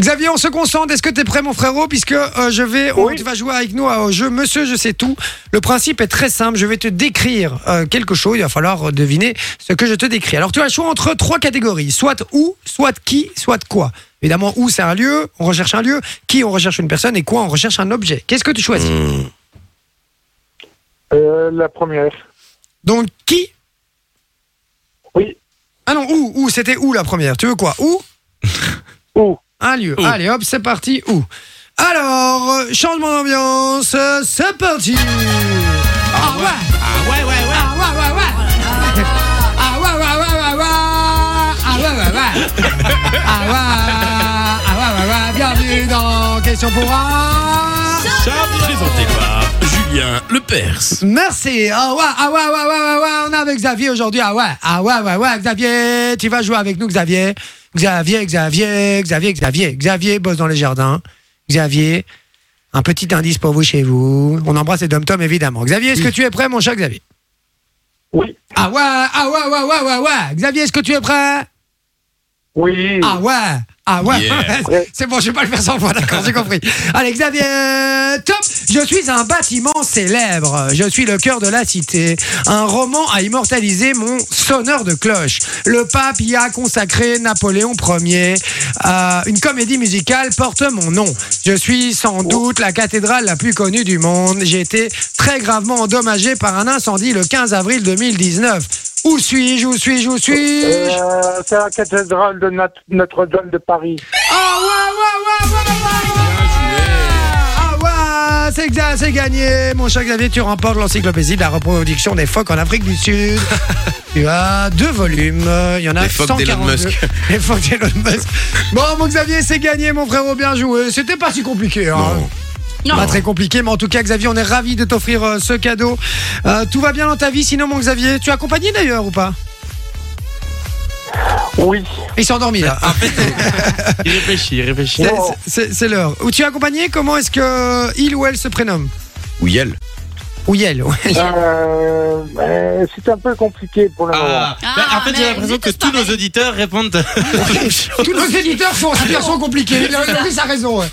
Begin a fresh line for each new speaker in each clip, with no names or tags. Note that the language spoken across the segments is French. Xavier, on se concentre. Est-ce que t'es prêt, mon frérot Puisque euh, je vais, on-
Oui.
tu vas jouer avec nous au jeu Monsieur, je sais tout. Le principe est très simple. Je vais te décrire euh, quelque chose. Il va falloir euh, deviner ce que je te décris. Alors, tu as le choix entre trois catégories soit où, soit qui, soit quoi. Évidemment, où c'est un lieu, on recherche un lieu. Qui, on recherche une personne. Et quoi, on recherche un objet. Qu'est-ce que tu choisis
Euh, la première.
Donc, qui
Oui.
Ah non, où Où C'était où la première Tu veux quoi Où
Où
Un lieu.
Où
Allez, hop, c'est parti. Où Alors, euh, changement d'ambiance, euh, c'est parti. Ah ouais,
Ah ouais, ouais, ouais.
ah ouais, ouais, ouais. Ah ouais, ouais, ouais, ouais, ouais. Ah ouais, ouais, ouais. Ah ouais, ah ouais, ouais, ouais. Bienvenue dans Question pour un.
Présenté par Julien Lepers.
Merci. Ah ouais, ah ouais, ouais, ouais, ouais, ouais. On est avec Xavier aujourd'hui. Ah ouais, ah ouais, ouais, ouais. Xavier, tu vas jouer avec nous, Xavier. Xavier, Xavier, Xavier, Xavier. Xavier bosse dans les jardins. Xavier, un petit indice pour vous chez vous. On embrasse les dom évidemment. Xavier, est-ce que tu es prêt, mon cher Xavier
Oui.
Ah ouais, ah ouais, ouais, ouais, ouais, ouais. Xavier, est-ce que tu es prêt
Oui.
Ah ouais, ah ouais.
Yeah.
c'est bon, je vais pas le faire sans fois, d'accord, j'ai compris. Allez, Xavier, euh, top. Je suis un bâtiment célèbre. Je suis le cœur de la cité. Un roman a immortalisé mon sonneur de cloche. Le pape y a consacré Napoléon Ier. Euh, une comédie musicale porte mon nom. Je suis sans doute la cathédrale la plus connue du monde. J'ai été très gravement endommagé par un incendie le 15 avril 2019. Où suis-je Où suis-je Où suis-je
Euh, c'est la cathédrale de Nat- Notre-Dame de Paris.
Ah ouais, ouais, ouais, ouais, ouais, ouais, ouais. Ah ouais, c'est exact, c'est gagné. Mon cher Xavier, tu remportes l'encyclopédie de la reproduction des phoques en Afrique du Sud. tu as deux volumes. euh, Il y en a
Les phoques d'Elon
142.
Musk.
Les phoques d'Elon Musk. Bon, mon Xavier, c'est gagné, mon frérot. Bien joué. C'était pas si compliqué. Hein.
Non.
Pas très compliqué, mais en tout cas, Xavier, on est ravis de t'offrir euh, ce cadeau. Euh, tout va bien dans ta vie, sinon, mon Xavier, tu es accompagné d'ailleurs ou pas
Oui.
Il s'est endormi là.
Il réfléchit, il réfléchit.
C'est-
Wow.
C'est c'est l'heure. Où tu es accompagné Comment est-ce que il ou elle se prénomme
Ou Yel.
Ou elle ouais.
Euh, euh, c'est un peu compliqué pour le moment.
Ah,
Ben, en fait, j'ai
mais
l'impression
vous
que
êtes
tous
pareil.
nos auditeurs répondent.
Tous nos éditeurs font une situation compliquée. Loris a raison. ouais.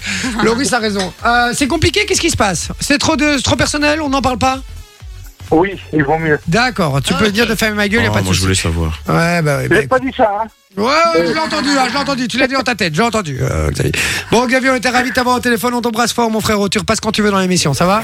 Loris a raison. Euh, c'est compliqué, qu'est-ce qui se passe C'est trop, de- c'est trop personnel, on n'en parle pas
Oui, il vaut mieux.
D'accord, tu peux dire de fermer ma gueule, il a pas de souci.
savoir.
Ouais, bah, ouais, bah,
J'ai pas dit ça, hein.
Ouais, je l'ai entendu, hein, je l'ai entendu, tu l'as dit dans ta tête, j'ai entendu. euh, Xavier. Bon, Xavier, on était ravis de t'avoir au téléphone, on t'embrasse fort, mon frérot, tu repasses quand tu veux dans l'émission, ça va